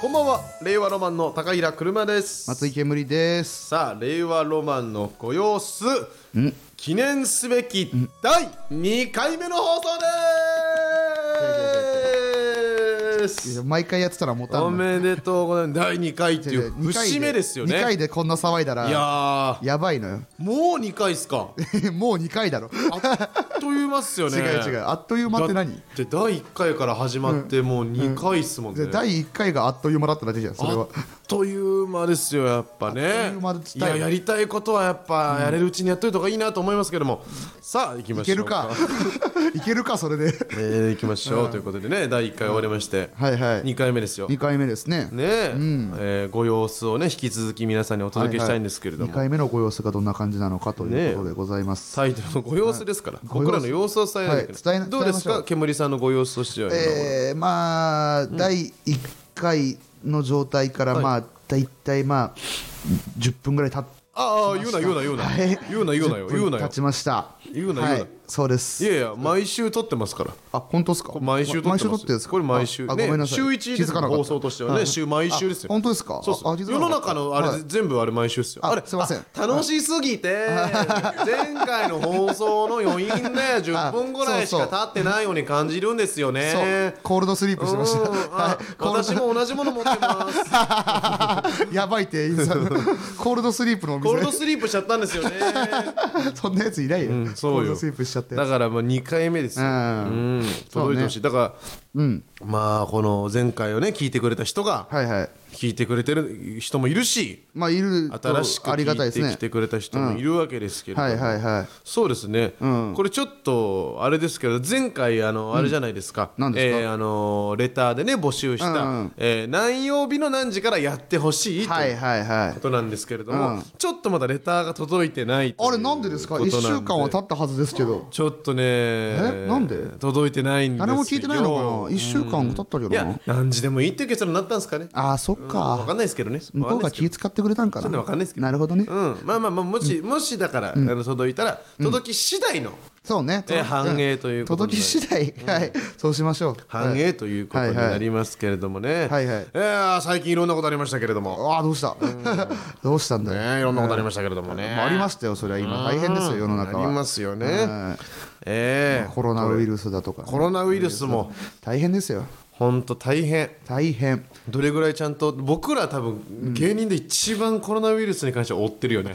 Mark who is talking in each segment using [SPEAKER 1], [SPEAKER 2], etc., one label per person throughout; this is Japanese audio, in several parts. [SPEAKER 1] こんばんは令和ロマンの高平車です
[SPEAKER 2] 松井煙です。
[SPEAKER 1] さあ令和ロマンのご様子
[SPEAKER 2] ん
[SPEAKER 1] 記念すべき第2回目の放送で
[SPEAKER 2] いや
[SPEAKER 1] す
[SPEAKER 2] 毎回やってたらもた
[SPEAKER 1] お
[SPEAKER 2] んない。
[SPEAKER 1] めでとうございます第2回っていう
[SPEAKER 2] 二回
[SPEAKER 1] 節目ですよね
[SPEAKER 2] 2回でこんな騒いだら
[SPEAKER 1] いやー
[SPEAKER 2] やばいのよ。
[SPEAKER 1] もう2回っすか
[SPEAKER 2] もう2回だろ。
[SPEAKER 1] あっという間っすよ
[SPEAKER 2] 違
[SPEAKER 1] ね
[SPEAKER 2] う違う。あっという間って
[SPEAKER 1] だ
[SPEAKER 2] 何
[SPEAKER 1] って第1回から始まってもう2回っすもんね、
[SPEAKER 2] で第1回があっという間だっただけじゃん、それ
[SPEAKER 1] あ
[SPEAKER 2] は
[SPEAKER 1] っ。という間ですよやっぱね
[SPEAKER 2] あっという間で
[SPEAKER 1] い
[SPEAKER 2] 伝え
[SPEAKER 1] や
[SPEAKER 2] る
[SPEAKER 1] やりたいことはやっぱやれるうちにやっといた方がいいなと思いますけどもさあ行きま
[SPEAKER 2] い
[SPEAKER 1] しょ
[SPEAKER 2] け
[SPEAKER 1] う
[SPEAKER 2] るか。 いけるか、それで。
[SPEAKER 1] えー行きましょうということでね第1回終わりまして
[SPEAKER 2] はいはい。
[SPEAKER 1] 2回目ですよね
[SPEAKER 2] 2回目ですね。
[SPEAKER 1] ええーご様子をね引き続き皆さんにお届けしたいんですけれど
[SPEAKER 2] 2
[SPEAKER 1] も
[SPEAKER 2] 回目のご様子がどんな感じなのかということでございます。
[SPEAKER 1] タイトルのご様子ですから僕らの様子を伝えないといけない
[SPEAKER 2] は伝え
[SPEAKER 1] い
[SPEAKER 2] な
[SPEAKER 1] どうです
[SPEAKER 2] 伝えましょ
[SPEAKER 1] か
[SPEAKER 2] う
[SPEAKER 1] 煙さんのご様子としては今頃
[SPEAKER 2] えーまあ、第1回の状態から、まあ、大体まあ、10分ぐらい経っ
[SPEAKER 1] ああ言うな言うな言うな
[SPEAKER 2] はい
[SPEAKER 1] 言うな言うなよ
[SPEAKER 2] 10分
[SPEAKER 1] 言うなよ
[SPEAKER 2] 経ちました。
[SPEAKER 1] 言うな言うな
[SPEAKER 2] はい、そうです。
[SPEAKER 1] いやいや毎週撮ってますから
[SPEAKER 2] あ、本当ですか
[SPEAKER 1] これ毎週撮って
[SPEAKER 2] 毎
[SPEAKER 1] ます
[SPEAKER 2] 週撮ってるんですか
[SPEAKER 1] これ毎週
[SPEAKER 2] ああ
[SPEAKER 1] ね
[SPEAKER 2] ごめんなさい。
[SPEAKER 1] 週一
[SPEAKER 2] 気づかなかった
[SPEAKER 1] 放送としてはね週毎週ですよ
[SPEAKER 2] あ本当ですか
[SPEAKER 1] そうそ
[SPEAKER 2] あ
[SPEAKER 1] う
[SPEAKER 2] 気づ
[SPEAKER 1] 世
[SPEAKER 2] か
[SPEAKER 1] の
[SPEAKER 2] なかった
[SPEAKER 1] 中のあれ、
[SPEAKER 2] はい
[SPEAKER 1] 全部あれ毎週ですよ
[SPEAKER 2] あ
[SPEAKER 1] あれ
[SPEAKER 2] すいません
[SPEAKER 1] あ楽しすぎて前回の放送の余韻で10分ぐらいしか経ってないように感じるんですよね
[SPEAKER 2] そう、コールドスリープしました。
[SPEAKER 1] うんあ
[SPEAKER 2] はい、コール
[SPEAKER 1] 私も同じもの持って ます
[SPEAKER 2] ド やばいって、さん。コールドスリープのお
[SPEAKER 1] コール
[SPEAKER 2] 店
[SPEAKER 1] ド。スリープしちゃったんですよね
[SPEAKER 2] そんなやついないよ。
[SPEAKER 1] んそうよ
[SPEAKER 2] コールドスリープしちゃって。
[SPEAKER 1] だからもう2回目ですよ、
[SPEAKER 2] うん
[SPEAKER 1] うん、届いてほしい、だから、まあこの前回をね聞いてくれた人が
[SPEAKER 2] はいはい。
[SPEAKER 1] 聞いてくれてる人もいるし
[SPEAKER 2] まあ、いると
[SPEAKER 1] 新しく
[SPEAKER 2] ありがた
[SPEAKER 1] 聞
[SPEAKER 2] い
[SPEAKER 1] い
[SPEAKER 2] です
[SPEAKER 1] て
[SPEAKER 2] ね
[SPEAKER 1] き。てくれた人もいるわけですけれども、
[SPEAKER 2] はいはいはい。
[SPEAKER 1] そうですね、
[SPEAKER 2] うん
[SPEAKER 1] これちょっとあれですけど前回あのあれじゃないですか,、
[SPEAKER 2] 何ですか
[SPEAKER 1] えーあのレターでね募集した、
[SPEAKER 2] うんうん
[SPEAKER 1] えー何曜日の何時からやってほしいと
[SPEAKER 2] は
[SPEAKER 1] い
[SPEAKER 2] い
[SPEAKER 1] う
[SPEAKER 2] はいはい
[SPEAKER 1] こ。となんですけれども、
[SPEAKER 2] うん
[SPEAKER 1] ちょっとまだレターが届いてないという
[SPEAKER 2] あれなんでですか
[SPEAKER 1] こと
[SPEAKER 2] 1
[SPEAKER 1] なん
[SPEAKER 2] 週間は経ったはずですけど
[SPEAKER 1] ちょっとねえ
[SPEAKER 2] なんで
[SPEAKER 1] 届いてないんですよ
[SPEAKER 2] 誰も聞いてないのかな1週間経ったけ
[SPEAKER 1] い
[SPEAKER 2] どな
[SPEAKER 1] や何時でもいいっていう結論になったんですかね
[SPEAKER 2] ああそっ
[SPEAKER 1] わか
[SPEAKER 2] か
[SPEAKER 1] んないですけどね
[SPEAKER 2] 向こうが気使ってくれたんか
[SPEAKER 1] そんな
[SPEAKER 2] な
[SPEAKER 1] わかんないですけど
[SPEAKER 2] なるほどね
[SPEAKER 1] うん、まあまあまあもし、もしだから、あの届いたら届き次第の
[SPEAKER 2] そうね
[SPEAKER 1] えー反映ということで
[SPEAKER 2] 届き次第はいそうしましょう
[SPEAKER 1] 反
[SPEAKER 2] はい
[SPEAKER 1] 映ということになりますけれどもね、
[SPEAKER 2] はいはい
[SPEAKER 1] えー最近いろんなことありましたけれども、
[SPEAKER 2] ああどうした どうしたんだよ
[SPEAKER 1] ね、いろんなことありましたけれどもね、
[SPEAKER 2] まあありましたよそれは今大変ですよ世の中
[SPEAKER 1] ありま
[SPEAKER 2] は
[SPEAKER 1] すよね、えー
[SPEAKER 2] コロナウイルスだとか
[SPEAKER 1] コロナウイルスも
[SPEAKER 2] 大変ですよ
[SPEAKER 1] 本当大変
[SPEAKER 2] 大変
[SPEAKER 1] どれぐらいちゃんと僕ら多分芸人で一番コロナウイルスに関しては追ってるよね、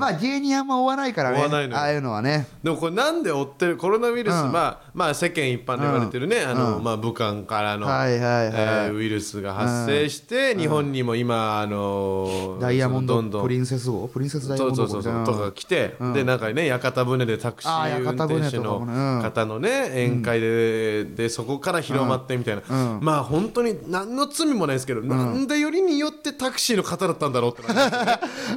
[SPEAKER 2] まあ芸人あんま追わないから
[SPEAKER 1] 追わないの
[SPEAKER 2] ね
[SPEAKER 1] よ
[SPEAKER 2] ああいうのはね
[SPEAKER 1] でもこれなんで追ってるコロナウイルス、
[SPEAKER 2] うん
[SPEAKER 1] まあ、まあ世間一般で言われてるね、あのまあ、武漢からの、
[SPEAKER 2] はいはいはい
[SPEAKER 1] えーウイルスが発生して、日本にも今、あのー
[SPEAKER 2] ダイヤモンド
[SPEAKER 1] どんどん
[SPEAKER 2] プリンセス号プリンセスダイヤ
[SPEAKER 1] そ
[SPEAKER 2] モン
[SPEAKER 1] う
[SPEAKER 2] ド
[SPEAKER 1] そう
[SPEAKER 2] 号
[SPEAKER 1] そう
[SPEAKER 2] みた
[SPEAKER 1] そ
[SPEAKER 2] い
[SPEAKER 1] う
[SPEAKER 2] な
[SPEAKER 1] とか来て、でなんかね屋形船でタクシ
[SPEAKER 2] あ
[SPEAKER 1] ー
[SPEAKER 2] ー
[SPEAKER 1] 運
[SPEAKER 2] 屋形船
[SPEAKER 1] 転手の
[SPEAKER 2] とかもねうん
[SPEAKER 1] 方のね宴会で,、でそこから広まってみたいな、
[SPEAKER 2] うん
[SPEAKER 1] まあ本当に何の罪もないですけど、なんでよりによってタクシーの方だったんだろうってなりますよ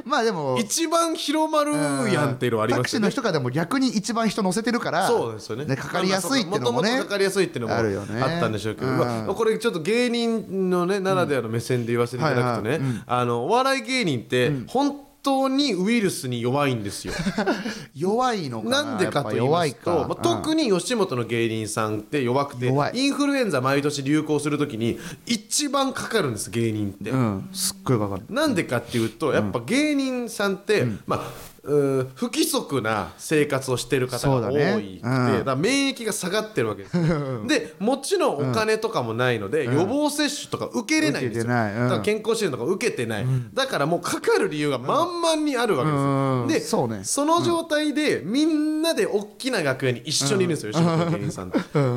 [SPEAKER 1] ね
[SPEAKER 2] まあでも
[SPEAKER 1] 一番広まるやんっていうのはあり
[SPEAKER 2] タ
[SPEAKER 1] ま
[SPEAKER 2] ク
[SPEAKER 1] す
[SPEAKER 2] シー
[SPEAKER 1] よ
[SPEAKER 2] の
[SPEAKER 1] ね
[SPEAKER 2] 人がでも逆に一番人乗せてるから
[SPEAKER 1] そうですよね
[SPEAKER 2] かかりやすいっての
[SPEAKER 1] まあまあそうか
[SPEAKER 2] も
[SPEAKER 1] もとも
[SPEAKER 2] ね
[SPEAKER 1] とかかりやすいってのもあ
[SPEAKER 2] あるよね
[SPEAKER 1] ったんでしょうけど、
[SPEAKER 2] うん
[SPEAKER 1] まあこれちょっと芸人のねならではの目線で言わせていただくとね、
[SPEAKER 2] はいは
[SPEAKER 1] あのお笑い芸人って本当にウイルスに弱いんですよ
[SPEAKER 2] 弱いのかな
[SPEAKER 1] なんでかと言いますと、まあ、特に吉本の芸人さんって弱くて
[SPEAKER 2] 弱い
[SPEAKER 1] インフルエンザ毎年流行するときに一番かかるんです芸人って、
[SPEAKER 2] うんすっごいわかる
[SPEAKER 1] なんでかっていうとやっぱ芸人さんって、まあうー不規則な生活をしてる方が多
[SPEAKER 2] そうだね
[SPEAKER 1] いって、
[SPEAKER 2] うん
[SPEAKER 1] だから免疫が下がってるわけですよでもちろんお金とかもないので、予防接種とか受けれないんですよ
[SPEAKER 2] 受けてないうん
[SPEAKER 1] だから健康診断とか受けてない、だからもうかかる理由が満々にあるわけですよ、
[SPEAKER 2] うん
[SPEAKER 1] で
[SPEAKER 2] そうね
[SPEAKER 1] その状態で、みんなで大きな楽屋に一緒にいるんですよ、吉本の芸人さんっ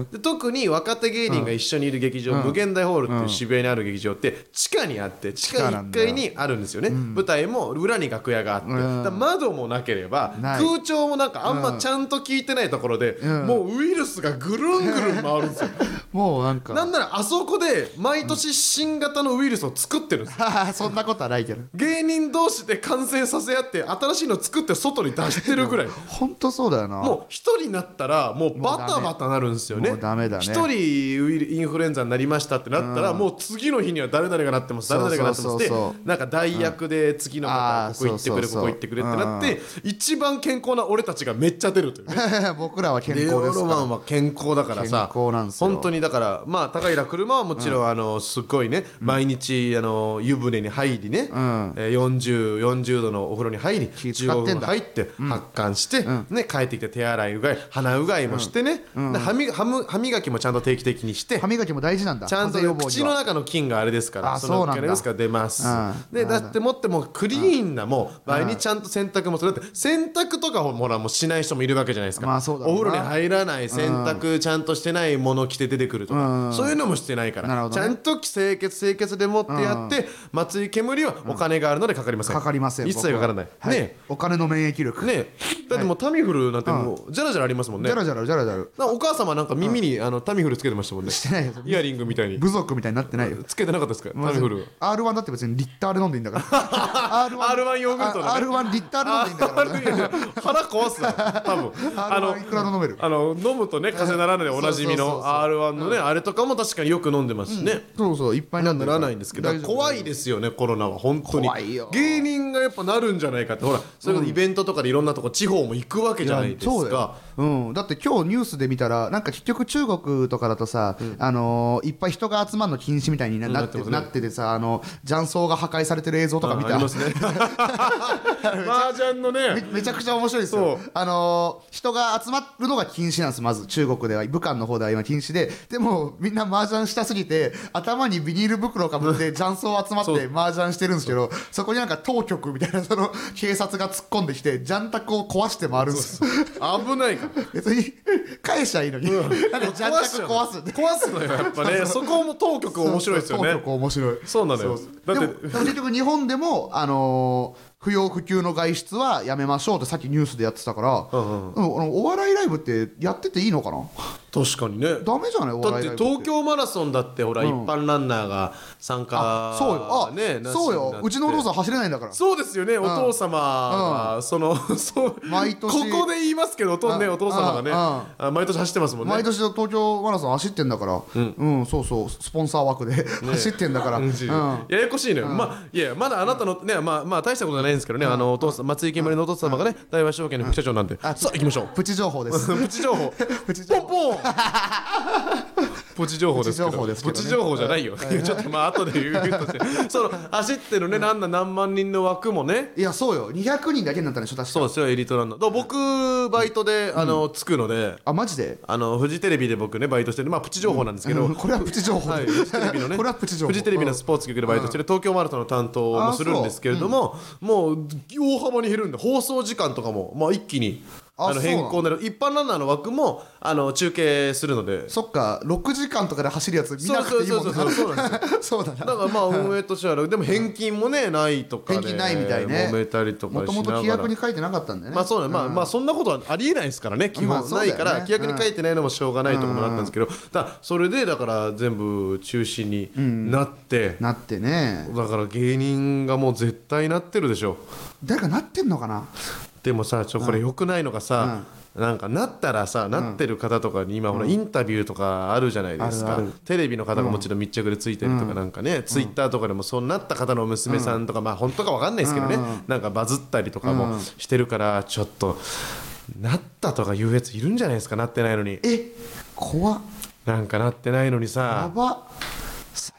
[SPEAKER 1] て、で特に若手芸人が一緒にいる劇場、無限大ホールっていう渋谷にある劇場って地下にあって地下1階にあるんですよね、舞台も裏に楽屋があって、
[SPEAKER 2] ん
[SPEAKER 1] だから窓もなければ
[SPEAKER 2] ない
[SPEAKER 1] 空調もなんかあんまちゃんと効いてないところで、もうウイルスがぐるんぐるん回るんですよ
[SPEAKER 2] もうなんか
[SPEAKER 1] なんならあそこで毎年新型のウイルスを作ってるんですよ
[SPEAKER 2] そんなことはないけど
[SPEAKER 1] 芸人同士で感染させ合って新しいの作って外に出してるぐらい
[SPEAKER 2] 本当そうだよな
[SPEAKER 1] もう一人になったらもうバタバタなるんですよね
[SPEAKER 2] もうダメだね
[SPEAKER 1] 一人ウイルインフルエンザになりましたってなったら、もう次の日には誰々がなってます誰々がなってます
[SPEAKER 2] そうそうそうそう
[SPEAKER 1] でなんか代役で次の方
[SPEAKER 2] あー
[SPEAKER 1] ここ行ってくれ
[SPEAKER 2] そうそうそう
[SPEAKER 1] ここ行ってくれってなっで一番健康な俺たちがめっちゃ出るというね
[SPEAKER 2] 僕らは健
[SPEAKER 1] レ
[SPEAKER 2] 康
[SPEAKER 1] オ
[SPEAKER 2] です
[SPEAKER 1] ロ
[SPEAKER 2] から
[SPEAKER 1] マンは健康だからさ
[SPEAKER 2] 健康なんですよ
[SPEAKER 1] 本当にだからまあ高平車はもちろん、あのすっごいね毎日あの湯船に入りね、
[SPEAKER 2] ん
[SPEAKER 1] えー40、40度のお風呂に入り
[SPEAKER 2] 気使
[SPEAKER 1] 15
[SPEAKER 2] ってん
[SPEAKER 1] 分
[SPEAKER 2] だ
[SPEAKER 1] 入って発汗して、ね、帰ってきて手洗いうがい鼻うがいもしてね、で歯み歯む歯磨きもちゃんと定期的にして
[SPEAKER 2] 歯磨きも大事なんだ
[SPEAKER 1] ちゃんと
[SPEAKER 2] 風邪予防に
[SPEAKER 1] 口の
[SPEAKER 2] は
[SPEAKER 1] 中の菌があれですから
[SPEAKER 2] あ
[SPEAKER 1] その
[SPEAKER 2] そうなんだ
[SPEAKER 1] あれですから出ます、
[SPEAKER 2] うん
[SPEAKER 1] で
[SPEAKER 2] な
[SPEAKER 1] だ
[SPEAKER 2] んだ
[SPEAKER 1] ってもってもうクリーンなもう場合にちゃんと洗濯もするだって洗濯とかをもらもうしない人もいるわけじゃないですか、
[SPEAKER 2] まあそうだろう
[SPEAKER 1] お
[SPEAKER 2] な
[SPEAKER 1] 風呂に入らない洗濯ちゃんとしてないもの着て出てくるとか、
[SPEAKER 2] うん
[SPEAKER 1] そういうのもしてないから、
[SPEAKER 2] なるほど
[SPEAKER 1] ち
[SPEAKER 2] ね
[SPEAKER 1] ゃんと清潔清潔でもってやって、松井煙はお金があるのでかかりません、
[SPEAKER 2] かかりません
[SPEAKER 1] 一切かからない、
[SPEAKER 2] 僕はは
[SPEAKER 1] ね
[SPEAKER 2] お金の免疫力
[SPEAKER 1] ねだってもうタミフルなんてもうじゃらじゃらありますもんね
[SPEAKER 2] じゃらじゃらじゃらじゃら
[SPEAKER 1] なんかお母様なんか耳にあのタミフルつけてましたもんね
[SPEAKER 2] してないです
[SPEAKER 1] イヤリングみたいに
[SPEAKER 2] 部族みたいになってないよ
[SPEAKER 1] つけてなかったですかタミフル
[SPEAKER 2] R1 だって別にリッターで飲んでいいんだから R1,
[SPEAKER 1] R1 ヨーグルトだね
[SPEAKER 2] R1 リッターで飲んでいいんだから
[SPEAKER 1] い
[SPEAKER 2] ね
[SPEAKER 1] やいや腹壊すな多分あ
[SPEAKER 2] R1 いくらで飲める
[SPEAKER 1] あの飲むとね風邪ならないでおなじみ
[SPEAKER 2] そうそう
[SPEAKER 1] の
[SPEAKER 2] そうそう
[SPEAKER 1] R1 のねあれとかも確かによく飲んでますしね
[SPEAKER 2] そうそういっぱい飲ん
[SPEAKER 1] な
[SPEAKER 2] でるから
[SPEAKER 1] ないんですけど
[SPEAKER 2] 大丈夫
[SPEAKER 1] 怖いですよねコロナは本当に
[SPEAKER 2] 怖いよ
[SPEAKER 1] 芸人がやっぱなるんじゃないかってほらそれこそイベントとかでいろんなとこ地方も行くわけじゃないです
[SPEAKER 2] そうだよ
[SPEAKER 1] か、
[SPEAKER 2] うん、だって今日ニュースで見たらなんか結局中国とかだとさ、あのーいっぱい人が集まるの禁止みたいにな,、
[SPEAKER 1] ん
[SPEAKER 2] なって
[SPEAKER 1] なってますね
[SPEAKER 2] なっててさあの雀荘が破壊されてる映像とか見
[SPEAKER 1] あ
[SPEAKER 2] た
[SPEAKER 1] ありますね 麻雀の
[SPEAKER 2] め
[SPEAKER 1] ね
[SPEAKER 2] めちゃくちゃ面白いで すよ
[SPEAKER 1] そ、
[SPEAKER 2] あのー人が集まるのが禁止なんですまず中国では武漢の方では今禁止ででもみんな麻雀したすぎて頭にビニール袋をかぶって雀荘集まっ
[SPEAKER 1] そう
[SPEAKER 2] て麻雀してるんですけどそこになんか当局みたいなその警察が突っ込んできて雀卓を壊して回るんですよ
[SPEAKER 1] 危ないから
[SPEAKER 2] 別に返しゃいいのに、なんで雀
[SPEAKER 1] しち
[SPEAKER 2] 卓
[SPEAKER 1] ゃう
[SPEAKER 2] 壊すんで
[SPEAKER 1] 壊すのよやっ ぱねそこも当局面白いですよ
[SPEAKER 2] そうそう
[SPEAKER 1] ね
[SPEAKER 2] 当局面白い
[SPEAKER 1] そうなのよだって
[SPEAKER 2] でもでも結局日本でも、あのー不要不急の外出はやめましょうってさっきニュースでやってたから、
[SPEAKER 1] うんうん
[SPEAKER 2] でもあのお笑いライブってやってていいのかな
[SPEAKER 1] 確かにね
[SPEAKER 2] ダメじゃないお
[SPEAKER 1] だっ
[SPEAKER 2] 笑い
[SPEAKER 1] て
[SPEAKER 2] ライブ
[SPEAKER 1] 東京マラソンだってほら、一般ランナーが参加
[SPEAKER 2] あそうよあ、
[SPEAKER 1] ねなし
[SPEAKER 2] そ
[SPEAKER 1] に
[SPEAKER 2] う
[SPEAKER 1] な
[SPEAKER 2] よ
[SPEAKER 1] って
[SPEAKER 2] うちのお父さん走れないんだから
[SPEAKER 1] そうですよね、お父様が、その そう
[SPEAKER 2] 毎年
[SPEAKER 1] ここで言いますけどお父,、ね、
[SPEAKER 2] うん
[SPEAKER 1] お父様がね、
[SPEAKER 2] うん
[SPEAKER 1] あ毎年走ってますもんね
[SPEAKER 2] 毎年東京マラソン走ってんだから、うん、そうそう、スポンサー枠で走ってんだから、
[SPEAKER 1] うん
[SPEAKER 2] うん、
[SPEAKER 1] ややこしいのよ、まあいやまだあなたのねまあまあ大したことじゃないんですけどね、あのお父さん松井けむりのお父様がね大和証券の副社長なんで、さあ行きましょう
[SPEAKER 2] プチ情報です。
[SPEAKER 1] プチ情報
[SPEAKER 2] プチ情報
[SPEAKER 1] ポンポンプチ情報ですけど
[SPEAKER 2] プチ情報ですけどね
[SPEAKER 1] プチ情報じゃないよちょっとまあ後で言うとしてその走ってるねなんだ何万人の枠もね
[SPEAKER 2] いや、そうよ、200人だけになったんでしょ、確か
[SPEAKER 1] そうですよエリートランナーだから僕バイトであのつくので
[SPEAKER 2] あ、マジで
[SPEAKER 1] あのフジテレビで僕ねバイトしてるまあプチ情報なんですけど
[SPEAKER 2] うんこれはプチ情報
[SPEAKER 1] は
[SPEAKER 2] で
[SPEAKER 1] い、フジテレビのね
[SPEAKER 2] これはプチ情
[SPEAKER 1] フ
[SPEAKER 2] 報
[SPEAKER 1] ジテレビのスポーツ局でバイトしてる東京マラソンの担当もするんですけれども、もう大幅に減るんで放送時間とかも、まあ、一気に
[SPEAKER 2] あ
[SPEAKER 1] あの
[SPEAKER 2] そうなの
[SPEAKER 1] 変更になる一般ランナーの枠もあの中継するので
[SPEAKER 2] そっか6時間とかで走るやつ見なくていいもんな
[SPEAKER 1] そうそう そうそうそうなんで
[SPEAKER 2] そうだな
[SPEAKER 1] だからまあ運営としては楽でも返金もねないとかで
[SPEAKER 2] 返金ないみたいね
[SPEAKER 1] 揉めたりと
[SPEAKER 2] も
[SPEAKER 1] かし
[SPEAKER 2] と
[SPEAKER 1] な
[SPEAKER 2] も
[SPEAKER 1] が
[SPEAKER 2] と
[SPEAKER 1] ら
[SPEAKER 2] 規約に書いてなかったんだよね
[SPEAKER 1] まあそうだね、まあまあそんなことはありえないですからね基
[SPEAKER 2] まあ
[SPEAKER 1] 本
[SPEAKER 2] そう
[SPEAKER 1] な
[SPEAKER 2] だ
[SPEAKER 1] い
[SPEAKER 2] よね
[SPEAKER 1] から、規約に書いてないのもしょうがないところもあったんですけど、だからそれでだから全部中止になって、
[SPEAKER 2] なってね
[SPEAKER 1] だから芸人がもう絶対なってるでしょ
[SPEAKER 2] 誰かなってんのかな
[SPEAKER 1] でもさちょこれ良くないのがさ、なんかなったらさなってる方とかに今ほらインタビューとかあるじゃないですか、
[SPEAKER 2] あるある
[SPEAKER 1] テレビの方がもちろん密着でついてるとかなんかね、ツイッターとかでもそうなった方の娘さんとか、まあ本当かわかんないですけどね、なんかバズったりとかもしてるからちょっとなったとか言うやついるんじゃないですかなってないのに
[SPEAKER 2] え怖っ
[SPEAKER 1] なんかなってないのに
[SPEAKER 2] や
[SPEAKER 1] さ
[SPEAKER 2] ば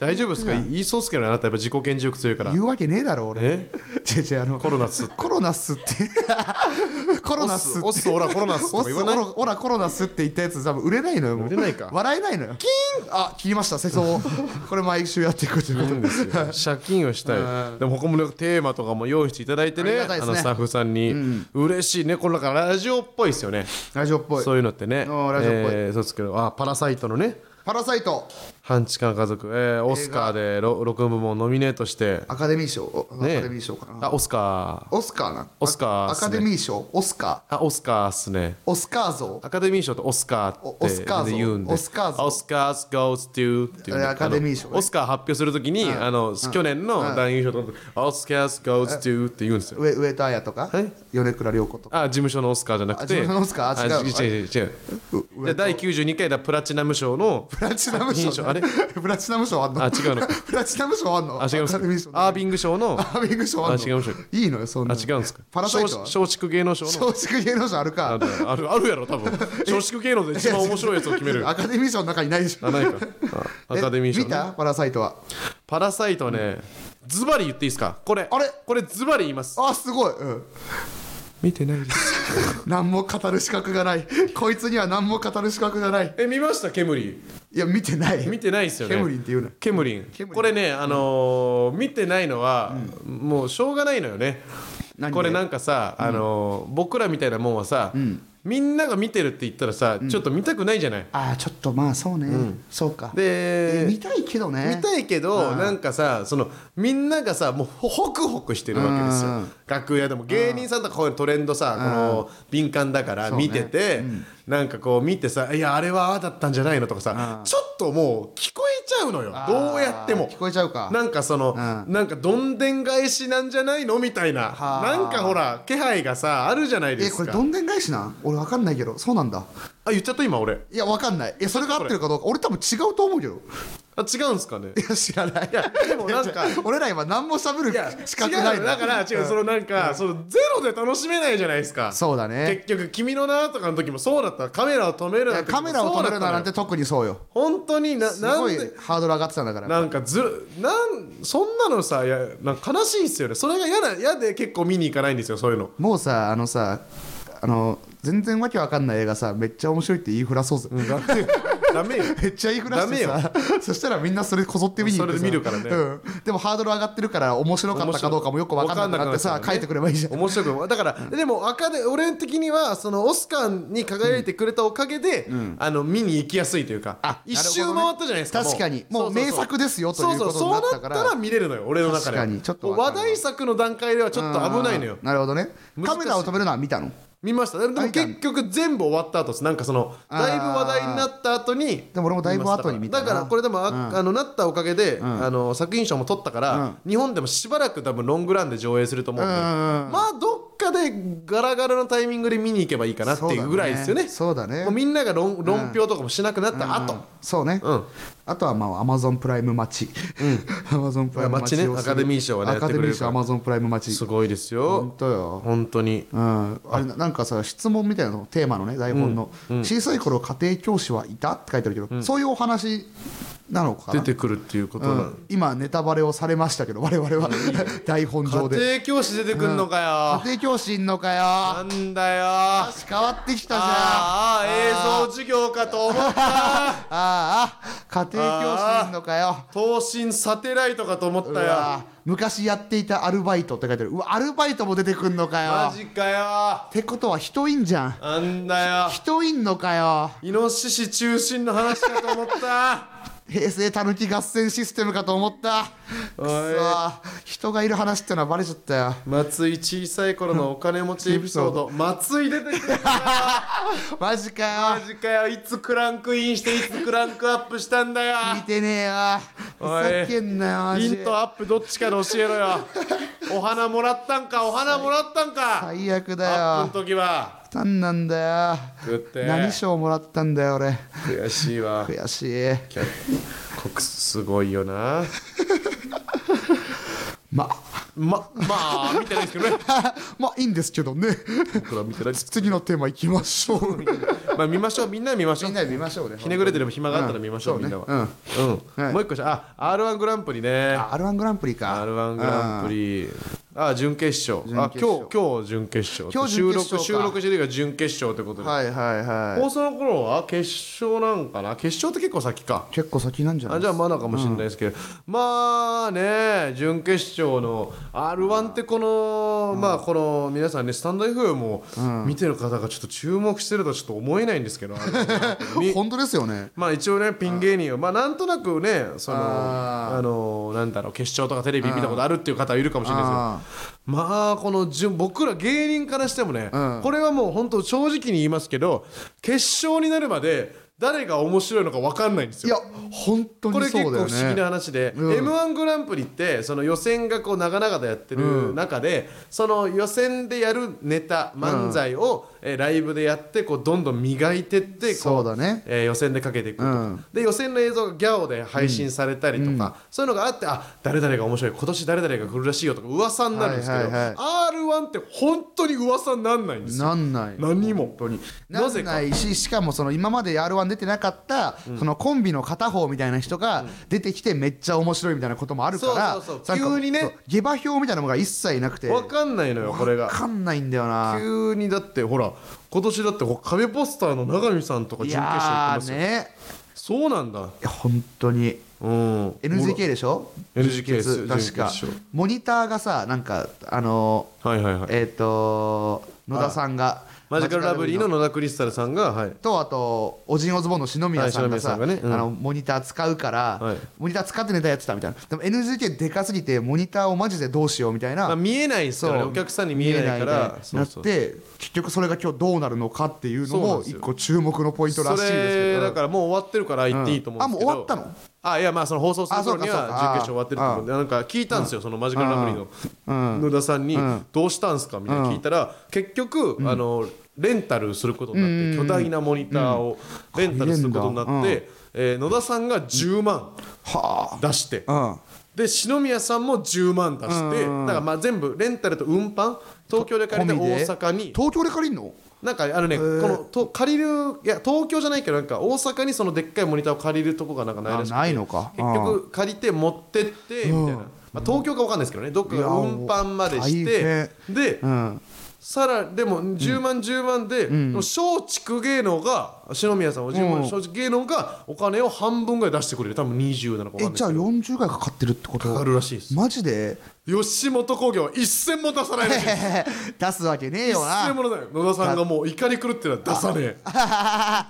[SPEAKER 1] 大丈夫ですか言いそうっすけどねあなたやっぱ自己顕示欲強いから
[SPEAKER 2] 言うわけねえだろ俺
[SPEAKER 1] え
[SPEAKER 2] 違う違うあの
[SPEAKER 1] コロナっすって
[SPEAKER 2] コロナっすって コロナっすって
[SPEAKER 1] オスオスオラコロナっすと
[SPEAKER 2] オ
[SPEAKER 1] か
[SPEAKER 2] ス
[SPEAKER 1] 言
[SPEAKER 2] オ
[SPEAKER 1] わない
[SPEAKER 2] ラオラコロナっすって言ったやつ多分売れないのよもう
[SPEAKER 1] 売れないか
[SPEAKER 2] 笑えないのよキーンあ切りました世 相をこれ毎週やっていくということ
[SPEAKER 1] そうですよ 借金をしたいでも他もねテーマとかも用意していただいてね
[SPEAKER 2] ありがたい
[SPEAKER 1] あ
[SPEAKER 2] ですね
[SPEAKER 1] のスタッフさんに、嬉しいねこれなんかラジオっぽいですよね
[SPEAKER 2] ラジオっぽい
[SPEAKER 1] そういうのってね
[SPEAKER 2] あラジオっぽい
[SPEAKER 1] えーそうですけどあパラサイトのね
[SPEAKER 2] パラサイト
[SPEAKER 1] 半地下の家族、えーオスカーで6部門ノミネートして、
[SPEAKER 2] アカデミー賞おアカ
[SPEAKER 1] ね、
[SPEAKER 2] デミー賞かな
[SPEAKER 1] あオスカー
[SPEAKER 2] オスカーな
[SPEAKER 1] オスカーっすね
[SPEAKER 2] アカデミー賞オスカー
[SPEAKER 1] あオスカーっすね
[SPEAKER 2] オスカー像
[SPEAKER 1] アカデミー賞とオスカー
[SPEAKER 2] おオスカー
[SPEAKER 1] っ
[SPEAKER 2] 像
[SPEAKER 1] て言うんで
[SPEAKER 2] オスカー像
[SPEAKER 1] オスカーズ goes to っていう
[SPEAKER 2] あれアカデミー賞ね
[SPEAKER 1] あのオスカー発表するときに、あの去年の男優賞とオスカーズ goes to って言うんですよ
[SPEAKER 2] 上上田彩とか
[SPEAKER 1] え
[SPEAKER 2] 米倉涼子とか
[SPEAKER 1] あ事務所のオスカーじゃなくて
[SPEAKER 2] あ事務所のオスカーあ違う
[SPEAKER 1] あ違う違う違う
[SPEAKER 2] う
[SPEAKER 1] で第92回だプラチナム賞の
[SPEAKER 2] プラチナム
[SPEAKER 1] 作品賞
[SPEAKER 2] 賞
[SPEAKER 1] あれ
[SPEAKER 2] プラチナム賞あんの
[SPEAKER 1] あ違うの
[SPEAKER 2] プラチナム賞あんの
[SPEAKER 1] あ違うんです
[SPEAKER 2] アカデミー賞
[SPEAKER 1] アービング賞の
[SPEAKER 2] ア
[SPEAKER 1] あ
[SPEAKER 2] ービング賞あんの
[SPEAKER 1] 違うんですよ
[SPEAKER 2] いいのよそんなの
[SPEAKER 1] 違うんですか
[SPEAKER 2] パラサイトは
[SPEAKER 1] 松松竹芸能賞の
[SPEAKER 2] 松竹芸能賞ある
[SPEAKER 1] あ
[SPEAKER 2] か
[SPEAKER 1] るあるあるやろ 多分松竹芸能で一番面白いやつを決める
[SPEAKER 2] アカデミー賞の中にないでしょ
[SPEAKER 1] あ ないかあアカデミー賞
[SPEAKER 2] え見たパラサイトは
[SPEAKER 1] パラサイトねズバリ言っていいですかこれ
[SPEAKER 2] あれ
[SPEAKER 1] これズバリ言います
[SPEAKER 2] あすごい、うん、
[SPEAKER 1] 見てないです
[SPEAKER 2] 何も語る資格がないこいつには何も語る資格がない
[SPEAKER 1] え見ましたケムリ
[SPEAKER 2] いや見てない
[SPEAKER 1] 見てないですよね
[SPEAKER 2] ケムリンって言うな
[SPEAKER 1] ケムリン
[SPEAKER 2] ケムリン
[SPEAKER 1] これねあのー見てないのはもうしょうがないのよね
[SPEAKER 2] 何で
[SPEAKER 1] これなんかさあのー僕らみたいなもんはさみんなが見てるって言ったらさちょっと見たくないじゃない
[SPEAKER 2] ああちょっとまあそうね、そうかえ
[SPEAKER 1] で
[SPEAKER 2] 見たいけどね
[SPEAKER 1] 見たいけどなんかさそのみんながさもうほホクホクしてるわけです
[SPEAKER 2] う
[SPEAKER 1] よ
[SPEAKER 2] ん
[SPEAKER 1] 楽屋でも芸人さんとかこういうトレンドさこの敏感だから
[SPEAKER 2] そうね
[SPEAKER 1] 見ててなんかこう見てさ「いやあれはああだったんじゃないの?」とかさ
[SPEAKER 2] うん
[SPEAKER 1] ちょっともう聞こえちゃうのよ
[SPEAKER 2] あー
[SPEAKER 1] どうやっても
[SPEAKER 2] 聞。こえちゃうか
[SPEAKER 1] なんかその、
[SPEAKER 2] う
[SPEAKER 1] なんかどんでん返しなんじゃないのみたいな
[SPEAKER 2] はあ
[SPEAKER 1] なんかほら気配がさあるじゃないで
[SPEAKER 2] え
[SPEAKER 1] す
[SPEAKER 2] こ
[SPEAKER 1] か
[SPEAKER 2] れどんでん返しなん俺わかんないけどそうなんだ
[SPEAKER 1] あ言っちゃった今俺
[SPEAKER 2] いやわかんないいやそれが合ってるかどうか俺多分違うと思うけど
[SPEAKER 1] あ違うんすかね
[SPEAKER 2] いや知らない
[SPEAKER 1] いやでもなんか
[SPEAKER 2] 俺ら今何もしゃべる
[SPEAKER 1] いや
[SPEAKER 2] 資格ない
[SPEAKER 1] 違
[SPEAKER 2] ん
[SPEAKER 1] うだから違う、そのなんか、そのゼロで楽しめないじゃないですか
[SPEAKER 2] そうだね
[SPEAKER 1] 結局「君の名」とかの時もそうだったカメラを止めるな
[SPEAKER 2] い
[SPEAKER 1] ん
[SPEAKER 2] や
[SPEAKER 1] て
[SPEAKER 2] カメラを止めるななんて
[SPEAKER 1] そうだったのよ
[SPEAKER 2] 特にそうよ
[SPEAKER 1] 本当にな
[SPEAKER 2] す
[SPEAKER 1] なん
[SPEAKER 2] ごい
[SPEAKER 1] で
[SPEAKER 2] ハードル上がってたんだから
[SPEAKER 1] なんかずるなんそんなのさいやなんか悲しいんすよねそれが嫌な嫌で結構見に行かないんですよそういう の
[SPEAKER 2] もうさあのさあの全然わけわかんない映画さめっちゃ面白いって言いふらそうぜ、
[SPEAKER 1] ダメダメよ
[SPEAKER 2] めっちゃ言いふらしてさ そしたらみんなそれこぞって見に行ってさ
[SPEAKER 1] それで見るからね
[SPEAKER 2] うん、でもハードル上がってるから面白かったかどうかもよくわかんなくなって
[SPEAKER 1] わかんなくな
[SPEAKER 2] さ
[SPEAKER 1] っちゃうから
[SPEAKER 2] 書
[SPEAKER 1] ね
[SPEAKER 2] いてくればいいじゃん
[SPEAKER 1] 面白くだから、でも赤で俺的にはそのオスカーに輝いてくれたおかげで、あの見に行きやすいというか、
[SPEAKER 2] あ
[SPEAKER 1] 一
[SPEAKER 2] な
[SPEAKER 1] 周
[SPEAKER 2] るほど
[SPEAKER 1] 回
[SPEAKER 2] ね
[SPEAKER 1] ったじゃないですか
[SPEAKER 2] 確かにも
[SPEAKER 1] そ
[SPEAKER 2] う
[SPEAKER 1] そそ
[SPEAKER 2] 名作ですよというこ
[SPEAKER 1] そ
[SPEAKER 2] と
[SPEAKER 1] うそう
[SPEAKER 2] に
[SPEAKER 1] そうな
[SPEAKER 2] なった
[SPEAKER 1] っ
[SPEAKER 2] から
[SPEAKER 1] たら見れるのよ俺の中では
[SPEAKER 2] 確かにちょっとわか
[SPEAKER 1] 話
[SPEAKER 2] るな
[SPEAKER 1] 題作の段階ではちょっと危ないのよ
[SPEAKER 2] うんなるほどね
[SPEAKER 1] 難し
[SPEAKER 2] カ
[SPEAKER 1] い
[SPEAKER 2] メラを止めるのは見たの
[SPEAKER 1] 見ましたでも
[SPEAKER 2] あ見た
[SPEAKER 1] 結局全部終わった後ですなんかその
[SPEAKER 2] あー
[SPEAKER 1] だいぶ話題になった後に
[SPEAKER 2] でも俺もだいぶ後に見たな
[SPEAKER 1] だからこれでもあ、あのなったおかげで、あの作品賞も取ったから、日本でもしばらく多分ロングランで上映すると思うんで、
[SPEAKER 2] うんうんうん
[SPEAKER 1] まあどっかでガラガラのタイミングで見に行けばいいかなっていうぐらいですよね
[SPEAKER 2] そうだね
[SPEAKER 1] もうみんなが論論評とかもしなくなった後、
[SPEAKER 2] そうね、
[SPEAKER 1] うん
[SPEAKER 2] あとはまあアマゾンプライム待ち、アマゾンプライム待ち
[SPEAKER 1] 待ちねアカデミー賞はね
[SPEAKER 2] アカデミー
[SPEAKER 1] やってく
[SPEAKER 2] 賞
[SPEAKER 1] れるから
[SPEAKER 2] アマゾンプライム待ち
[SPEAKER 1] すごいです
[SPEAKER 2] 本
[SPEAKER 1] よ
[SPEAKER 2] 当よ、
[SPEAKER 1] 本当に
[SPEAKER 2] うん、あれななんかさ質問みたいなのテーマのね台本の、小さい頃家庭教師はいたって書いてあるけど、そういうお話なのか
[SPEAKER 1] 出
[SPEAKER 2] な
[SPEAKER 1] てくるっていうこと
[SPEAKER 2] う
[SPEAKER 1] なの、
[SPEAKER 2] ん、今ネタバレをされましたけど我々は台本上で
[SPEAKER 1] 家庭教師出てくんの
[SPEAKER 2] 家
[SPEAKER 1] かよ、
[SPEAKER 2] 庭教師いんのかよ
[SPEAKER 1] なんだよ
[SPEAKER 2] 話変わってきたじゃん
[SPEAKER 1] ああ映像授業かと思った
[SPEAKER 2] あああ家庭教師いんのかよ
[SPEAKER 1] 東進サテライトかと思っ
[SPEAKER 2] う
[SPEAKER 1] たよ
[SPEAKER 2] わ昔やっていたアルバイトって書いてあるうわアルバイトも出てくんのか
[SPEAKER 1] マジ
[SPEAKER 2] よ
[SPEAKER 1] かよ
[SPEAKER 2] ってことは人いんじゃん
[SPEAKER 1] なんだよ
[SPEAKER 2] 人いんのかよ
[SPEAKER 1] イノシシ中心の話かと思った
[SPEAKER 2] 平成たぬき合戦システムかと思ったくそ
[SPEAKER 1] おい
[SPEAKER 2] ー人がいる話ってのはバレちゃったよ
[SPEAKER 1] 松井小さい頃のお金持ちエピソード松井出てくる
[SPEAKER 2] マジ
[SPEAKER 1] マ
[SPEAKER 2] かよ
[SPEAKER 1] ジかよいつクランクインしていつクランクアップしたんだよ
[SPEAKER 2] 見てねえよ
[SPEAKER 1] おい
[SPEAKER 2] ふざけんなよマ
[SPEAKER 1] イ
[SPEAKER 2] ジ
[SPEAKER 1] ンとアップどっちかで教えろよお花もらったんかお花もらったんか
[SPEAKER 2] 最悪
[SPEAKER 1] アッ
[SPEAKER 2] だ
[SPEAKER 1] プ
[SPEAKER 2] よ
[SPEAKER 1] の時は
[SPEAKER 2] 何なんだ
[SPEAKER 1] 食って
[SPEAKER 2] よ何賞もらったんだよ俺
[SPEAKER 1] 悔しいわ
[SPEAKER 2] 悔しい
[SPEAKER 1] キャコックスすごいよな
[SPEAKER 2] ま
[SPEAKER 1] ままあ見てないですけどね
[SPEAKER 2] まあいいんですけどね
[SPEAKER 1] 僕ら見てないです
[SPEAKER 2] 次のテーマいきましょう
[SPEAKER 1] まあ見ましょうみんな見ましょ
[SPEAKER 2] み
[SPEAKER 1] うん
[SPEAKER 2] なで見ましょうね
[SPEAKER 1] ひねぐれてでも暇があったら見ましょう、
[SPEAKER 2] うん
[SPEAKER 1] みんな
[SPEAKER 2] そう
[SPEAKER 1] は
[SPEAKER 2] ね
[SPEAKER 1] うん、
[SPEAKER 2] はい
[SPEAKER 1] もう一個じゃあ r 1グランプリね
[SPEAKER 2] あ R1 グランプリか
[SPEAKER 1] r 1グランプ
[SPEAKER 2] リ
[SPEAKER 1] リあ準決勝
[SPEAKER 2] 準決
[SPEAKER 1] あ今日今日準決勝
[SPEAKER 2] 今日準決勝か
[SPEAKER 1] 収録収録してるが準決勝ってことで、
[SPEAKER 2] はいはいは
[SPEAKER 1] 放送の頃は決勝なんかな決勝って結構先か
[SPEAKER 2] い結構先なんじゃない
[SPEAKER 1] あじゃあまだかもしれないですけど、まあね準決勝の r 1ってこの、まあこの皆さんねスタンド F も見てる方がちょっと注目してるとはちょっと思えないんですけど R1 み
[SPEAKER 2] 本当ですよね
[SPEAKER 1] まあ一応ねピン芸人をまあなんとなくねその
[SPEAKER 2] あ
[SPEAKER 1] あのなんだろう決勝とかテレビ見たことあるっていう方いるかもしれないですけど
[SPEAKER 2] あ
[SPEAKER 1] まあこの順僕ら芸人からしてもね、
[SPEAKER 2] うん
[SPEAKER 1] これはもう本当正直に言いますけど決勝になるまで誰が面白いのか分かんないんです
[SPEAKER 2] い
[SPEAKER 1] よ
[SPEAKER 2] や。本当
[SPEAKER 1] こ
[SPEAKER 2] に
[SPEAKER 1] れ結
[SPEAKER 2] そ
[SPEAKER 1] 構
[SPEAKER 2] う
[SPEAKER 1] 不
[SPEAKER 2] だよ
[SPEAKER 1] 思議な
[SPEAKER 2] ね
[SPEAKER 1] 話で、
[SPEAKER 2] うん
[SPEAKER 1] m 1グランプリってその予選がこう長々とやってる中で、その予選でやるネタ漫才を、えーライブでやってこうどんどん磨いてってこ
[SPEAKER 2] そうだね
[SPEAKER 1] えー予選でかけていくとか、
[SPEAKER 2] うん
[SPEAKER 1] で予選の映像がギャオで配信されたりとか、そういうのがあってあ誰々が面白い今年誰々が来るらしいよとか噂になるんですけど、
[SPEAKER 2] はいはい
[SPEAKER 1] r 1って本当に噂になんないんですよ
[SPEAKER 2] なんない
[SPEAKER 1] 何も本当に
[SPEAKER 2] な
[SPEAKER 1] なぜ
[SPEAKER 2] ん
[SPEAKER 1] か
[SPEAKER 2] ないししかもその今まで r 1出てなかった、そのコンビの片方みたいな人が出てきてめっちゃ面白いみたいなこともあるから
[SPEAKER 1] そうそうそう
[SPEAKER 2] なんか
[SPEAKER 1] 急にね
[SPEAKER 2] そう下馬評みたいなのが一切なくて
[SPEAKER 1] 分かんないのよこれが
[SPEAKER 2] わかんないんだよな
[SPEAKER 1] 急にだってほら今年だってこう壁ポスターの永見さんとか
[SPEAKER 2] い
[SPEAKER 1] 準決勝行って
[SPEAKER 2] や
[SPEAKER 1] ます
[SPEAKER 2] ー
[SPEAKER 1] よ、
[SPEAKER 2] ね
[SPEAKER 1] そうなんだ
[SPEAKER 2] いや本当に
[SPEAKER 1] うん
[SPEAKER 2] NGK でしょ
[SPEAKER 1] NGK です
[SPEAKER 2] 準決確
[SPEAKER 1] 準
[SPEAKER 2] か
[SPEAKER 1] 決勝
[SPEAKER 2] モニターがさなんかあの
[SPEAKER 1] はいはいはい
[SPEAKER 2] えっ、と野田さんが
[SPEAKER 1] マジカルラブリーの野田クリスタルさんがはい
[SPEAKER 2] とあとオジンオズボンの篠宮さんがさ、
[SPEAKER 1] はい篠宮さんがねうん
[SPEAKER 2] あのモニター使うから、
[SPEAKER 1] はい
[SPEAKER 2] モニター使ってネタやってたみたいなでも NGK でかすぎてモニターをマジでどうしようみたいな、
[SPEAKER 1] まあ、見えないですからねお客さんに見えないから
[SPEAKER 2] 見えないみたいになって結局それが今日どうなるのかっていうの
[SPEAKER 1] そうなん
[SPEAKER 2] も
[SPEAKER 1] です
[SPEAKER 2] 一
[SPEAKER 1] よ
[SPEAKER 2] 個注目のポイントらしいで
[SPEAKER 1] そ
[SPEAKER 2] すけ
[SPEAKER 1] れ
[SPEAKER 2] ど
[SPEAKER 1] だからもう終わってるから言っていいと思うんですけど、
[SPEAKER 2] うんあもう終わったの
[SPEAKER 1] あいやまあその放送する頃には準
[SPEAKER 2] あそう
[SPEAKER 1] 決
[SPEAKER 2] かそうか
[SPEAKER 1] 勝終わってると思うんでなんか聞いたんですよ、そのマジカルラブリー
[SPEAKER 2] う
[SPEAKER 1] の
[SPEAKER 2] ん
[SPEAKER 1] 野田さんに
[SPEAKER 2] うん
[SPEAKER 1] 「どうしたんすか?」みたいな聞いたら、結局、あのレンタルすることになって巨大なモニターをレンタルすることになって、
[SPEAKER 2] うん
[SPEAKER 1] えー野田さんが10万
[SPEAKER 2] は
[SPEAKER 1] 出して。
[SPEAKER 2] あ、
[SPEAKER 1] で篠宮さんも10万出して、だからまあ全部レンタルと運搬東京で借りて
[SPEAKER 2] 込みで
[SPEAKER 1] 大阪に
[SPEAKER 2] 東京で借りんの
[SPEAKER 1] なんかあのね、
[SPEAKER 2] ー
[SPEAKER 1] このと借りるいや東京じゃないけどなんか大阪にそのでっかいモニターを借りるとこがなんかないらしくて
[SPEAKER 2] あないのか
[SPEAKER 1] 結局借りて持ってってみたいな、まあ、東京かわかんないですけどねどっかが運搬までし
[SPEAKER 2] いや
[SPEAKER 1] てで、
[SPEAKER 2] うん
[SPEAKER 1] さらでも10万10万で、もう松竹芸能が篠宮さんは10万
[SPEAKER 2] うん
[SPEAKER 1] 松竹芸能がお金を半分ぐらい出してくれる多分20なのかわかん
[SPEAKER 2] え
[SPEAKER 1] ないで
[SPEAKER 2] じ
[SPEAKER 1] す
[SPEAKER 2] ゃあ
[SPEAKER 1] けど
[SPEAKER 2] 40回かかってるってこと
[SPEAKER 1] かかるらしいです
[SPEAKER 2] マジで
[SPEAKER 1] 吉本興業は一銭も出さないらしいです
[SPEAKER 2] 出すわけねえ
[SPEAKER 1] 一
[SPEAKER 2] よな
[SPEAKER 1] 銭も出さない野田さんがもう怒り狂ってるのは出さ ねえ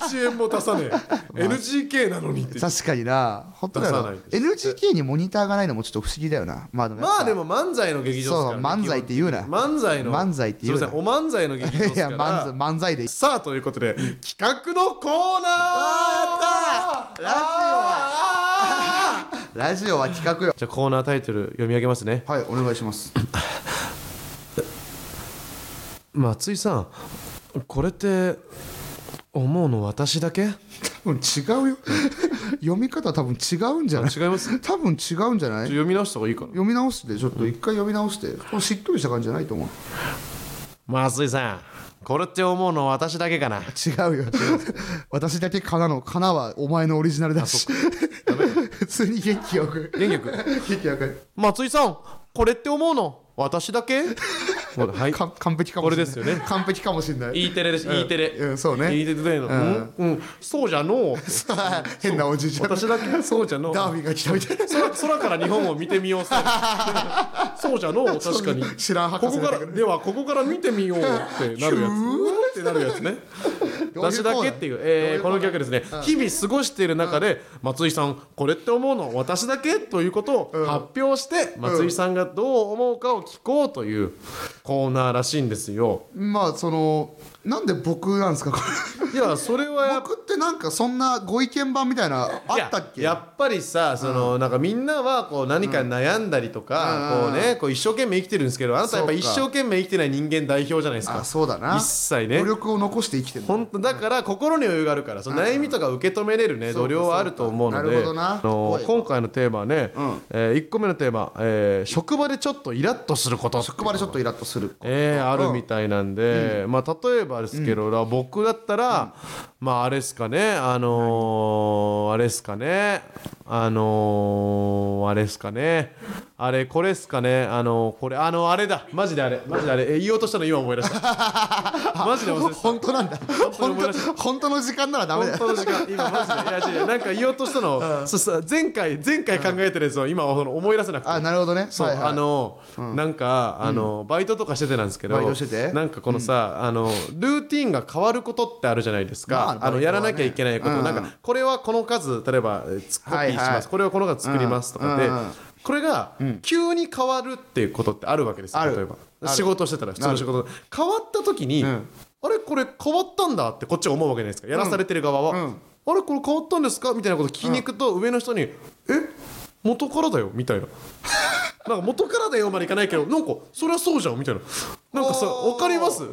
[SPEAKER 1] 一円も出さねえ NGK なのにって
[SPEAKER 2] 確かにな本当だよな
[SPEAKER 1] 出さない
[SPEAKER 2] NGK にモニターがないのもちょっと不思議だよなまあでもやっぱ
[SPEAKER 1] まあでも漫才の劇場ですから、
[SPEAKER 2] そう漫才って言うな
[SPEAKER 1] 漫才の
[SPEAKER 2] 漫才って言う
[SPEAKER 1] す
[SPEAKER 2] な
[SPEAKER 1] いませんお漫才の劇場で
[SPEAKER 2] い
[SPEAKER 1] す
[SPEAKER 2] や
[SPEAKER 1] か
[SPEAKER 2] 漫才
[SPEAKER 1] ら
[SPEAKER 2] 漫才で
[SPEAKER 1] さあということで企画のコーナー
[SPEAKER 2] あーやったーラジオ
[SPEAKER 1] あー
[SPEAKER 2] ラジオは企画よ
[SPEAKER 1] じゃあコーナータイトル読み上げますね
[SPEAKER 2] はいお願いします
[SPEAKER 1] 松井さんこれって思うの私だ け
[SPEAKER 2] 多分違うよ 読み方多分違うんじゃない
[SPEAKER 1] 違います
[SPEAKER 2] 多分違うんじゃない
[SPEAKER 1] 読み直した方がいいかな
[SPEAKER 2] 読み直してちょっと一回読み直してこれしっとりした感じじゃないと思う
[SPEAKER 1] 松井さんこれって思うの私だけかな
[SPEAKER 2] 違うよ私だけかなのかなはお前のオリジナルだし普通に元気よく
[SPEAKER 1] 元気よく
[SPEAKER 2] 元気よく
[SPEAKER 1] 松井さんこれって思うの私だけ はい
[SPEAKER 2] か完璧かもし
[SPEAKER 1] これで
[SPEAKER 2] れない
[SPEAKER 1] すよね
[SPEAKER 2] 完璧かもしれない
[SPEAKER 1] E テレです、E テレ、
[SPEAKER 2] うんそうね
[SPEAKER 1] E テレでの、うんうん、そうじゃのう
[SPEAKER 2] 変なおじいちゃん
[SPEAKER 1] 私だけ そうじゃのう
[SPEAKER 2] ダービーが来たみたいな
[SPEAKER 1] 空空から日本を見てみよう さそうじゃのう確かに
[SPEAKER 2] 知らん
[SPEAKER 1] こ
[SPEAKER 2] 博士
[SPEAKER 1] こ
[SPEAKER 2] だ
[SPEAKER 1] か
[SPEAKER 2] け
[SPEAKER 1] ら
[SPEAKER 2] ど
[SPEAKER 1] ではここから見てみよう ってなるやつうーってなるやつね
[SPEAKER 2] どういう
[SPEAKER 1] 私だけっていう,、えー
[SPEAKER 2] ど
[SPEAKER 1] こ
[SPEAKER 2] う
[SPEAKER 1] の
[SPEAKER 2] いうコーナー
[SPEAKER 1] 曲ですね、日々過ごしている中で、松井さんこれって思うの私だけということを発表して、松井さんがどう思うかを聞こうというコーナーらしいんです よ。
[SPEAKER 2] まあそのなんで僕なんですかこれ
[SPEAKER 1] いやそれはやっぱ
[SPEAKER 2] 僕ってなんかそんなご意見版みたいなあったっ
[SPEAKER 1] い
[SPEAKER 2] け
[SPEAKER 1] ややっぱりさその、なんかみんなはこう何か悩んだりとか、こ
[SPEAKER 2] うん
[SPEAKER 1] うねこう一生懸命生きてるんですけどあなたやっぱ
[SPEAKER 2] そう
[SPEAKER 1] 一
[SPEAKER 2] か
[SPEAKER 1] 生懸命生きてない人間代表じゃないですか
[SPEAKER 2] あそうだな
[SPEAKER 1] 一切ね
[SPEAKER 2] 努力を残して生きてる
[SPEAKER 1] 本当だから心に余裕があるからその悩みとか受け止めれるね
[SPEAKER 2] そ
[SPEAKER 1] 度
[SPEAKER 2] うか
[SPEAKER 1] 量はあると思うので
[SPEAKER 2] そうかなる
[SPEAKER 1] あ
[SPEAKER 2] ほどな
[SPEAKER 1] の
[SPEAKER 2] すごい
[SPEAKER 1] 今回のテーマはね、
[SPEAKER 2] ん
[SPEAKER 1] え1個目のテーマ、えー職場でちょっとイラッとすること」
[SPEAKER 2] 職場でちょっとイラッとする
[SPEAKER 1] えーあるみたいなんで、まあ、例えばですけど、だから僕だったら、まああれですかねあのー、あれですかねあのー、あれですかねあれこれですかねあのー、これあのあれだマジであれマジであれえ言おうとしたの今思い出した マジで忘れてた
[SPEAKER 2] 本当なんだ
[SPEAKER 1] 当に
[SPEAKER 2] 本
[SPEAKER 1] 思い出し
[SPEAKER 2] 当本当の時間ならダメだ
[SPEAKER 1] 本
[SPEAKER 2] よ
[SPEAKER 1] 当の時間今マジでいや違う違うなんか言おうとしたの、そうそう前回前回考えてるやつを今その思い出せなくて
[SPEAKER 2] あなるほどね
[SPEAKER 1] そう、
[SPEAKER 2] はいはい
[SPEAKER 1] あの、なんかあの、バイトとかしててなんですけど
[SPEAKER 2] バイトしてて
[SPEAKER 1] なんかこのさ、あのルーティンが変わることってあるじゃないです
[SPEAKER 2] まあ
[SPEAKER 1] か、あ、
[SPEAKER 2] バ
[SPEAKER 1] の
[SPEAKER 2] イト
[SPEAKER 1] や
[SPEAKER 2] はね
[SPEAKER 1] らなきゃいけないこと、
[SPEAKER 2] うん
[SPEAKER 1] なんかこれはこの数例えばえーつコピ
[SPEAKER 2] はいは
[SPEAKER 1] ー
[SPEAKER 2] い
[SPEAKER 1] します、これはこの数作りますとかで、
[SPEAKER 2] うんうん
[SPEAKER 1] これが急に変わるっていうことってあるわけですよ
[SPEAKER 2] ある
[SPEAKER 1] 例えば
[SPEAKER 2] ある
[SPEAKER 1] 仕事してたら普通の仕事で変わった時に、
[SPEAKER 2] ん
[SPEAKER 1] あれこれ変わったんだってこっちは思うわけじゃないですかやらされてる側は、
[SPEAKER 2] うん
[SPEAKER 1] あれこれ変わったんですかみたいなこと聞きに行くと、上の人に「え元からだよ」みたいななんか元からだよまでいかないけどなんかそりゃそうじゃんみたいななんかさ
[SPEAKER 2] おー
[SPEAKER 1] わかりますっ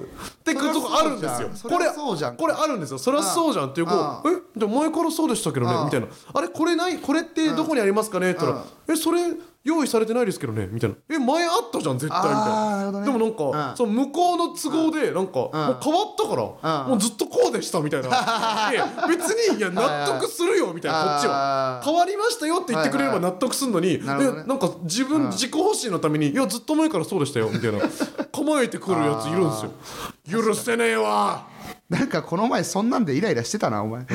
[SPEAKER 1] てことこあるんですよ
[SPEAKER 2] そ
[SPEAKER 1] こ
[SPEAKER 2] り
[SPEAKER 1] れ
[SPEAKER 2] ゃそうじゃん
[SPEAKER 1] これあるんですよそりゃそうじゃんっていう子
[SPEAKER 2] ああ
[SPEAKER 1] えじゃあ前からそうでしたけどね
[SPEAKER 2] ああ
[SPEAKER 1] みたいなあれこれないこれってどこにありますかねって言ったらえそれ用意されてないですけどねみたいなえ前あったじゃん絶対みたい
[SPEAKER 2] ああなるほどね
[SPEAKER 1] でもなんか、
[SPEAKER 2] うん
[SPEAKER 1] その向こうの都合でなんか、もう変わったから、
[SPEAKER 2] うん
[SPEAKER 1] もうずっとこうでしたみたい ないや別にいや納得するよみたいなこっち
[SPEAKER 2] あ
[SPEAKER 1] は
[SPEAKER 2] ー
[SPEAKER 1] 変わりましたよって言ってくれれば納得するのに、
[SPEAKER 2] なるほどね
[SPEAKER 1] えなんか自分自己保身のためにいやずっと前からそうでしたよみたい な構えてくるやついるんですよ許せねえわ
[SPEAKER 2] なんかこの前そんなんでイライラしてたなお前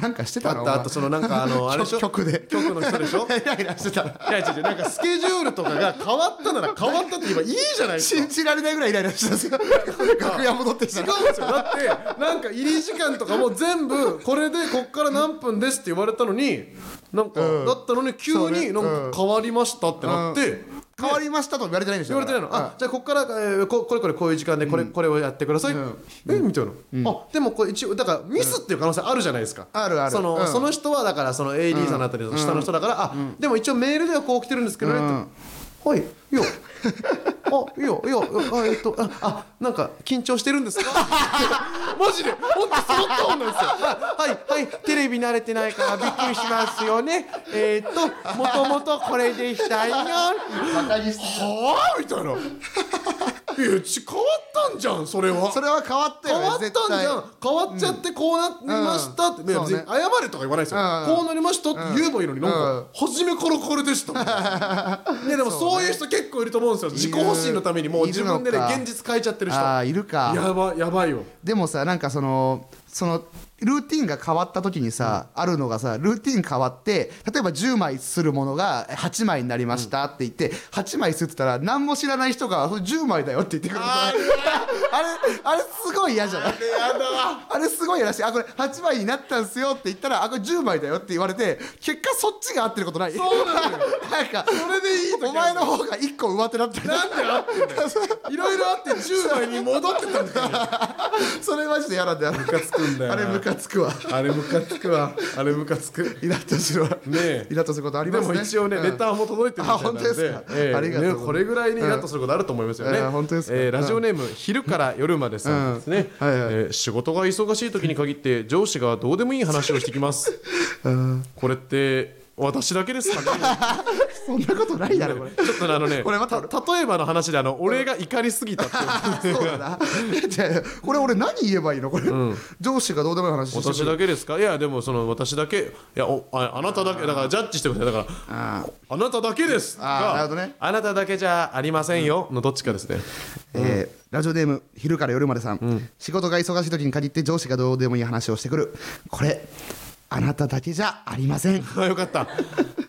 [SPEAKER 2] なんかしてたな
[SPEAKER 1] あ
[SPEAKER 2] お
[SPEAKER 1] っ
[SPEAKER 2] 前
[SPEAKER 1] たあとそのなんかあのあれでしょ
[SPEAKER 2] 曲で
[SPEAKER 1] 局の人でし ょ
[SPEAKER 2] イライラしてたない
[SPEAKER 1] や違う違うなんかスケジュールとかが変わったなら変わったって言えばいいじゃないですか
[SPEAKER 2] 信じられないぐらいイライラしてた んですよ楽屋戻ってき
[SPEAKER 1] 違
[SPEAKER 2] た
[SPEAKER 1] うん
[SPEAKER 2] ら
[SPEAKER 1] ですよだってなんか入り時間とかも全部これでこっから何分ですって言われたのになんか、
[SPEAKER 2] うん
[SPEAKER 1] だったのに急
[SPEAKER 2] そうね
[SPEAKER 1] になん
[SPEAKER 2] うん
[SPEAKER 1] か変わりましたってなって、
[SPEAKER 2] 変わりましたとも言われてないんでし
[SPEAKER 1] 言
[SPEAKER 2] ょ
[SPEAKER 1] われてないの、あじゃあここから、えーここれこれこういう時間でこれ,、これをやってください、
[SPEAKER 2] うん
[SPEAKER 1] えみたいな、あでもこれ一応だからミスっていう可能性あるじゃないですか、
[SPEAKER 2] あるある
[SPEAKER 1] その,、
[SPEAKER 2] うん
[SPEAKER 1] その人はだからその AD さんだったり下の人だから、あ、でも一応メールではこう来てるんですけどね、
[SPEAKER 2] うん
[SPEAKER 1] はいいいよあいいよいいよあえっとああなんか緊張してるんですかマジで本当そのトーンなんですよあはいはいテレビ慣れてないからびっくりしますよねえーっともともとこれでしたよ
[SPEAKER 2] バカにしてた
[SPEAKER 1] はあみたいないやち変わったんじゃんそれは
[SPEAKER 2] それは変わったよ
[SPEAKER 1] 変
[SPEAKER 2] ね
[SPEAKER 1] わったんじ
[SPEAKER 2] 絶対
[SPEAKER 1] ゃん変わっちゃってこうなりましたって、
[SPEAKER 2] うん
[SPEAKER 1] ね
[SPEAKER 2] そうね
[SPEAKER 1] 別に謝れとか言わないですよ、
[SPEAKER 2] うん
[SPEAKER 1] こうなりましたって言えばいいのになん
[SPEAKER 2] う
[SPEAKER 1] か、
[SPEAKER 2] ん
[SPEAKER 1] 初めからこれで した、ね、でもそういう人結構いると思うんですよ自己保身のためにもう
[SPEAKER 2] いる
[SPEAKER 1] 自分でね
[SPEAKER 2] いるのか
[SPEAKER 1] 現実変えちゃってる人
[SPEAKER 2] あ
[SPEAKER 1] や
[SPEAKER 2] あいるか
[SPEAKER 1] ばやばいよ
[SPEAKER 2] でもさなんかそのそのルーティンが変わった時にさ、あるのがさルーティン変わって例えば10枚するものが8枚になりましたって言って、8枚するって言ったら何も知らない人がそれ10枚だよって言ってくるとか あれあれすごい嫌じゃない
[SPEAKER 1] やだわ
[SPEAKER 2] あれすごい嫌だしいあこれ8枚になったんすよって言ったらあこれ10枚だよって言われて結果そっちが合ってることない
[SPEAKER 1] そうなのよ
[SPEAKER 2] なんか
[SPEAKER 1] それでいい時ある
[SPEAKER 2] お前の方が1個上手だった
[SPEAKER 1] なんであってん だよいろいろあって10枚に戻ってたんだよ
[SPEAKER 2] それマジで嫌なんだよム
[SPEAKER 1] カつくんだよ
[SPEAKER 2] あ
[SPEAKER 1] な
[SPEAKER 2] れムカつくわ
[SPEAKER 1] あれムカつくわあれムカつく
[SPEAKER 2] イラッとするわ
[SPEAKER 1] ねえ
[SPEAKER 2] イラッとすることありますね
[SPEAKER 1] でも一応ね、
[SPEAKER 2] うん
[SPEAKER 1] レターも届いてるみたいなの
[SPEAKER 2] あ本当ですか
[SPEAKER 1] ええ
[SPEAKER 2] ありがとうございます
[SPEAKER 1] ねこれぐらいにイラッとすることあると思いますよね、
[SPEAKER 2] うんええ本当ですか
[SPEAKER 1] ええラジオネーム、昼から夜までさんですね、
[SPEAKER 2] うんはいはい
[SPEAKER 1] ええ仕事が忙しい時に限って上司がどうでもいい話をしてきます これって私だけですかね
[SPEAKER 2] そんなことないだろ これ
[SPEAKER 1] ちょっとねあのね
[SPEAKER 2] これまた
[SPEAKER 1] た例えばの話であの俺が怒りすぎたっていう
[SPEAKER 2] そうだなじゃあこれ俺何言えばいいのこれ、上司がどうでもいい話してくる
[SPEAKER 1] 私だけですかいやでもその私だけいやおああなただけだからジャッジしてくださいだからあなただけです
[SPEAKER 2] あー
[SPEAKER 1] が
[SPEAKER 2] なるほどね
[SPEAKER 1] あなただけじゃありませんよのどっちかですね
[SPEAKER 2] えーラジオネーム昼から夜までさん、仕事が忙しい時に限って上司がどうでもいい話をしてくるこれあなただけじゃありません
[SPEAKER 1] あよかった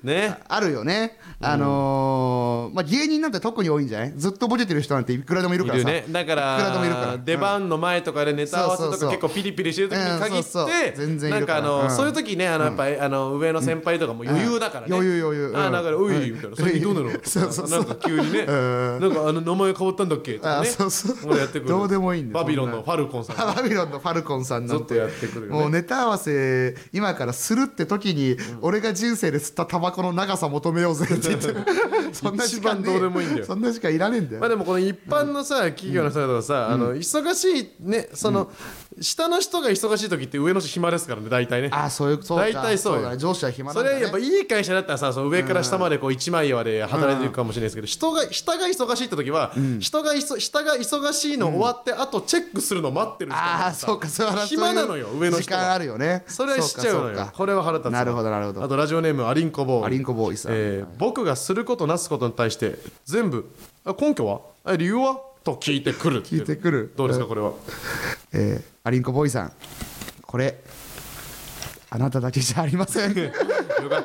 [SPEAKER 1] ね
[SPEAKER 2] あるよねあのーまあ、芸人なんて特に多いんじゃないずっとボケてる人なんていくらでもいる
[SPEAKER 1] い
[SPEAKER 2] から
[SPEAKER 1] る
[SPEAKER 2] さ
[SPEAKER 1] ねだか
[SPEAKER 2] いくらでもいるから
[SPEAKER 1] ら出番の前とかでネタ合わせ
[SPEAKER 2] そう
[SPEAKER 1] と
[SPEAKER 2] そ
[SPEAKER 1] か
[SPEAKER 2] うそう
[SPEAKER 1] 結構ピリピリしてる時に
[SPEAKER 2] うん
[SPEAKER 1] 限
[SPEAKER 2] そうそう全
[SPEAKER 1] っ
[SPEAKER 2] 然
[SPEAKER 1] て
[SPEAKER 2] い
[SPEAKER 1] な
[SPEAKER 2] る
[SPEAKER 1] ん
[SPEAKER 2] か
[SPEAKER 1] からあ
[SPEAKER 2] うん
[SPEAKER 1] のそういう時ねあのやっぱりあの上の先輩とかも余裕だからね
[SPEAKER 2] うん余裕余裕うん
[SPEAKER 1] あーだからういみたいな最近どうなの
[SPEAKER 2] そうそうそう
[SPEAKER 1] なんか急にねなんかあの名前変わったんだっけと
[SPEAKER 2] あ
[SPEAKER 1] かね
[SPEAKER 2] そうそう
[SPEAKER 1] もやってくる
[SPEAKER 2] どうでもいいんだよ
[SPEAKER 1] バビロンのファルコンさん が
[SPEAKER 2] バビロンのファルコンさんなん
[SPEAKER 1] ずっとやってくるよね
[SPEAKER 2] もうネタ合わせ今からするって時に、俺が人生で吸ったタバコの長さ求めようぜって言ってそんな時 間
[SPEAKER 1] 一番どうでもいいんだよ
[SPEAKER 2] そんな時間いらねえんだよ、
[SPEAKER 1] まあでもこの一般のさ企業の人だとさ、あの忙しいねその、下の人が忙しい時って上の人暇ですからね大体ね
[SPEAKER 2] ああそういうそうか
[SPEAKER 1] 大体そうよ
[SPEAKER 2] だね上司は暇な
[SPEAKER 1] そ
[SPEAKER 2] んだ、
[SPEAKER 1] れ
[SPEAKER 2] ね、
[SPEAKER 1] はやっぱいい会社だったらさその上から下までこう一枚岩で働いてるかもしれないですけど人が下が忙しいって時は人がいそ下が忙しいの終わってあとチェックするの待ってる時間
[SPEAKER 2] ああ
[SPEAKER 1] がさ
[SPEAKER 2] そうかそうか
[SPEAKER 1] 暇なのよ上の
[SPEAKER 2] 時
[SPEAKER 1] 人
[SPEAKER 2] 間あ
[SPEAKER 1] は
[SPEAKER 2] るよね
[SPEAKER 1] それはしちゃうの
[SPEAKER 2] そか
[SPEAKER 1] よ
[SPEAKER 2] そか
[SPEAKER 1] これは腹立つわ
[SPEAKER 2] なるほどなるほど
[SPEAKER 1] あとラジオネームアリンコボーイ
[SPEAKER 2] アリンコボーイさん
[SPEAKER 1] えー僕がすることなすことに対して全部あ根拠はあ理由はと聞いてくるっていう
[SPEAKER 2] 聞いてくる
[SPEAKER 1] どうですかこれは
[SPEAKER 2] えーアリンコボーイさんこれあなただけじゃありませんで
[SPEAKER 1] よか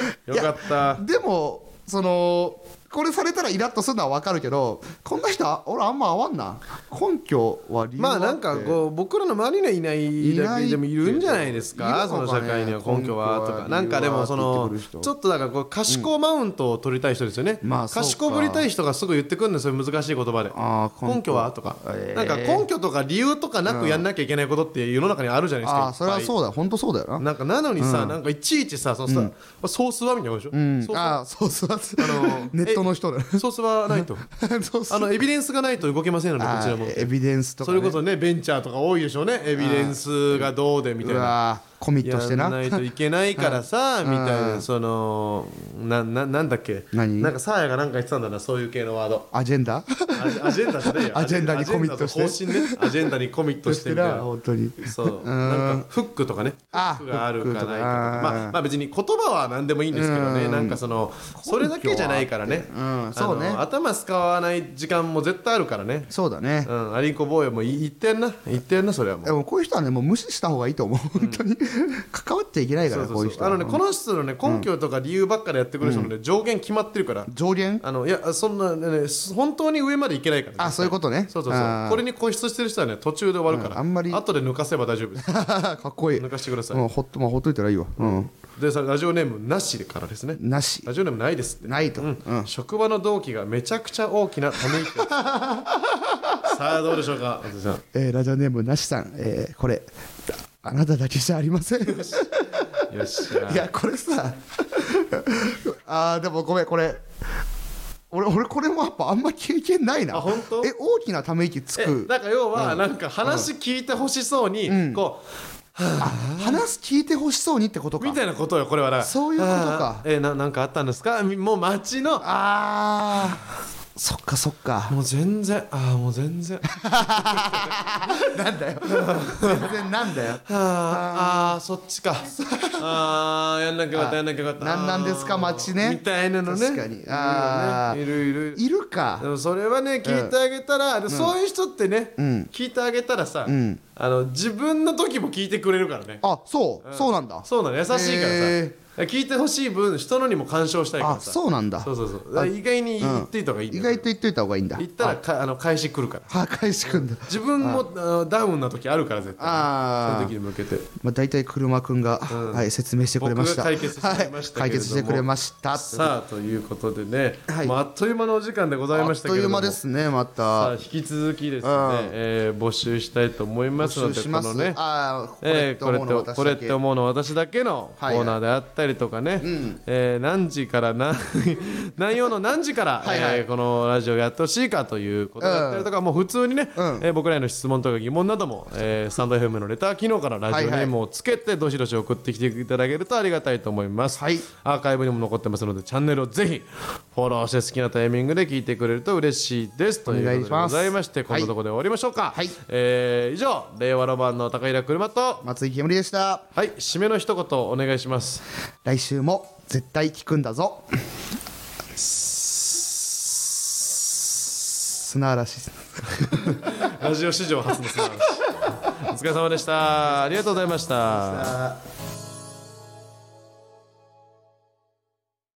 [SPEAKER 1] っ たよかった
[SPEAKER 2] もそのこれされたらイラッとするのは分かるけどこんな人あ俺あんま合わんな根拠は理由
[SPEAKER 1] まあなんかこう僕らの周りにはいないだけでも
[SPEAKER 2] いない
[SPEAKER 1] いるんじゃないですか
[SPEAKER 2] いる
[SPEAKER 1] そ
[SPEAKER 2] の
[SPEAKER 1] の
[SPEAKER 2] かね
[SPEAKER 1] 社会には根拠はと
[SPEAKER 2] 根拠は理由は
[SPEAKER 1] かなんかでもその
[SPEAKER 2] って言ってくる人
[SPEAKER 1] ちょっとだからこう賢マウントを取りたい人ですよね、
[SPEAKER 2] まあそうか
[SPEAKER 1] 賢ぶりたい人がすぐ言ってくるんですよ難しい言葉で
[SPEAKER 2] あー
[SPEAKER 1] 根拠はとか、
[SPEAKER 2] えー
[SPEAKER 1] なんか根拠とか理由とかなくやんなきゃいけないことって世の中にあるじゃないですか
[SPEAKER 2] ああそれは
[SPEAKER 1] う
[SPEAKER 2] そうだ本当そうだよな
[SPEAKER 1] なんかなのにさ、なんかいちいちさそのさ、ソースはみたいなことでしょ、
[SPEAKER 2] うん
[SPEAKER 1] ソースは
[SPEAKER 2] ああそうそう
[SPEAKER 1] の
[SPEAKER 2] ネットの人だ
[SPEAKER 1] ソースはないと
[SPEAKER 2] そうそ
[SPEAKER 1] あ
[SPEAKER 2] う
[SPEAKER 1] のエビデンスがないと動けませんのでこ
[SPEAKER 2] あ
[SPEAKER 1] ちらも
[SPEAKER 2] ーエビデンスとか
[SPEAKER 1] そ
[SPEAKER 2] ね
[SPEAKER 1] れこそねベンチャーとか多いでしょうねエビデンスがどうでみたいうな。
[SPEAKER 2] わーコミッ
[SPEAKER 1] や
[SPEAKER 2] トして
[SPEAKER 1] ん
[SPEAKER 2] な
[SPEAKER 1] ないといけないからさみたいうなそのなななんだっけ
[SPEAKER 2] 何
[SPEAKER 1] なんかサーヤがなんか言ってたんだなそういう系のワード
[SPEAKER 2] アジェンダ
[SPEAKER 1] アジアジェンダじゃねえよ
[SPEAKER 2] アジェンダにコミットして
[SPEAKER 1] アジェンダと更新ねアジェンダにコミットしてみ たいな
[SPEAKER 2] 本当に
[SPEAKER 1] そうなんかフックとかねフ
[SPEAKER 2] あ
[SPEAKER 1] ックがあるかないとか
[SPEAKER 2] フックとか
[SPEAKER 1] まあまあ別に言葉は何でもいいんですけどね
[SPEAKER 2] うん
[SPEAKER 1] なんかそのそれだけじゃないからね
[SPEAKER 2] うん
[SPEAKER 1] あ
[SPEAKER 2] そうね
[SPEAKER 1] の頭使わない時間も絶対あるからね
[SPEAKER 2] そうだね
[SPEAKER 1] うんアリンコボーイもい言ってんな言ってんなそれはもう
[SPEAKER 2] でもこういう人はねもう無視した方がいいと思う本当に関わっちゃいけないか
[SPEAKER 1] そ
[SPEAKER 2] ら
[SPEAKER 1] うそう
[SPEAKER 2] こういう
[SPEAKER 1] そ
[SPEAKER 2] 人
[SPEAKER 1] うあ
[SPEAKER 2] は
[SPEAKER 1] のねこの人のね根拠とか理由ばっかでやってくる人のね上限決まってるから
[SPEAKER 2] 上限
[SPEAKER 1] あのいやそんなねねす本当に上までいけないから
[SPEAKER 2] あそういうことね
[SPEAKER 1] そうそうそう
[SPEAKER 2] あー
[SPEAKER 1] これに固執してる人はね途中で終わるから
[SPEAKER 2] うんあんまり
[SPEAKER 1] 後で抜かせば大丈夫です
[SPEAKER 2] かっこいい
[SPEAKER 1] 抜かしてくださ
[SPEAKER 2] うんほっとまあほっといたらいいわうん
[SPEAKER 1] いでさラジオネームなしからですね
[SPEAKER 2] なし
[SPEAKER 1] ラジオネームないですって
[SPEAKER 2] ないと
[SPEAKER 1] うん
[SPEAKER 2] うん
[SPEAKER 1] 職場の同期がめちゃくちゃ大きなため息 がさあどうでしょうか松井さん
[SPEAKER 2] えーラジオネームなしさんえーこれあなただけじゃありません
[SPEAKER 1] よっし
[SPEAKER 2] い
[SPEAKER 1] ゃ
[SPEAKER 2] やこれさ あーでもごめんこれ俺俺これもやっぱあんま経験ないな
[SPEAKER 1] あ本当
[SPEAKER 2] え大きなため息つ
[SPEAKER 1] え
[SPEAKER 2] く
[SPEAKER 1] なんか要はなんか話聞いてほしそうにこう
[SPEAKER 2] 話す聞いてほしそうにってことか
[SPEAKER 1] みたいなことよこれはな
[SPEAKER 2] そういうことか
[SPEAKER 1] あーえーななんかあったんですかみもう街の
[SPEAKER 2] あーそっかそっか
[SPEAKER 1] もう全然ああもう全 然
[SPEAKER 2] なんだよ全然なんだよ
[SPEAKER 1] あーあーそっちかああやんなきゃよかった
[SPEAKER 2] あ
[SPEAKER 1] やんなきゃよかった
[SPEAKER 2] なんなんですか
[SPEAKER 1] あー
[SPEAKER 2] 街ね
[SPEAKER 1] みたいなのね
[SPEAKER 2] 確かにあー
[SPEAKER 1] いるよねいるいる
[SPEAKER 2] いるか
[SPEAKER 1] でもそれはね聞いてあげたら、でそういう人ってね、聞いてあげたらさ、
[SPEAKER 2] ん
[SPEAKER 1] あの自分の時も聞いてくれるからね
[SPEAKER 2] あそう、そうなんだ
[SPEAKER 1] そうなの優しいからさ、
[SPEAKER 2] へ
[SPEAKER 1] 聞いてほしい分人のにも干渉したいから
[SPEAKER 2] あ
[SPEAKER 1] さ
[SPEAKER 2] そうなんだ
[SPEAKER 1] そうそうそうだから意外に言っていた方がいいんだ
[SPEAKER 2] 意
[SPEAKER 1] よ、
[SPEAKER 2] 外と言っといた方がいいんだ
[SPEAKER 1] 言ったらかあの返し来るから
[SPEAKER 2] 破壊してくんだ
[SPEAKER 1] 自分もあのダウンな時あるから絶対
[SPEAKER 2] あ
[SPEAKER 1] そ
[SPEAKER 2] ー
[SPEAKER 1] の時に向けて
[SPEAKER 2] まあ、大体車くんが、はい、説明してくれました
[SPEAKER 1] 僕が解決してくれましたけれども
[SPEAKER 2] はい、解決してくれました
[SPEAKER 1] さあということでね、
[SPEAKER 2] はい
[SPEAKER 1] もうあっという間のお時間でござい
[SPEAKER 2] あ
[SPEAKER 1] ま
[SPEAKER 2] っ
[SPEAKER 1] したけ
[SPEAKER 2] と
[SPEAKER 1] れ
[SPEAKER 2] い
[SPEAKER 1] ど
[SPEAKER 2] う
[SPEAKER 1] も
[SPEAKER 2] 間ですねま
[SPEAKER 1] さあ
[SPEAKER 2] た
[SPEAKER 1] 引き続きですね、
[SPEAKER 2] うん
[SPEAKER 1] えー募集したいと思いますの
[SPEAKER 2] 募
[SPEAKER 1] で
[SPEAKER 2] 集します
[SPEAKER 1] このね
[SPEAKER 2] あー
[SPEAKER 1] えーこ
[SPEAKER 2] こ
[SPEAKER 1] れ
[SPEAKER 2] れ
[SPEAKER 1] っ
[SPEAKER 2] ってて思うの私だ
[SPEAKER 1] これ
[SPEAKER 2] け
[SPEAKER 1] って思うの私だけのコ
[SPEAKER 2] はいは
[SPEAKER 1] ー
[SPEAKER 2] い
[SPEAKER 1] ナーであったりとかね、えー何時から 何何曜の何時から
[SPEAKER 2] はいはい
[SPEAKER 1] えーこのラジオやってほしいかということだったりとか、もう普通にね、
[SPEAKER 2] うん
[SPEAKER 1] えー僕らへの質問とか疑問なども、えー、スタンド FM のレター機能からラジオネームをつけてどしどし送ってきていただけるとありがたいと思います、
[SPEAKER 2] はい
[SPEAKER 1] アーカイブにも残ってますのでチャンネルをぜひフォローして好きなタイミングで聞いてくれると嬉しいですということで
[SPEAKER 2] お願いします
[SPEAKER 1] ございましてこんなところで終わりましょうか、
[SPEAKER 2] はい
[SPEAKER 1] えー以上令和ロマンの高平車と
[SPEAKER 2] 松井煙でした
[SPEAKER 1] はい締めの一言お願いします
[SPEAKER 2] 来週も絶対聞くんだぞ砂嵐
[SPEAKER 1] ラジオ史上初の素晴らしいお疲れ様でしたありがとうございました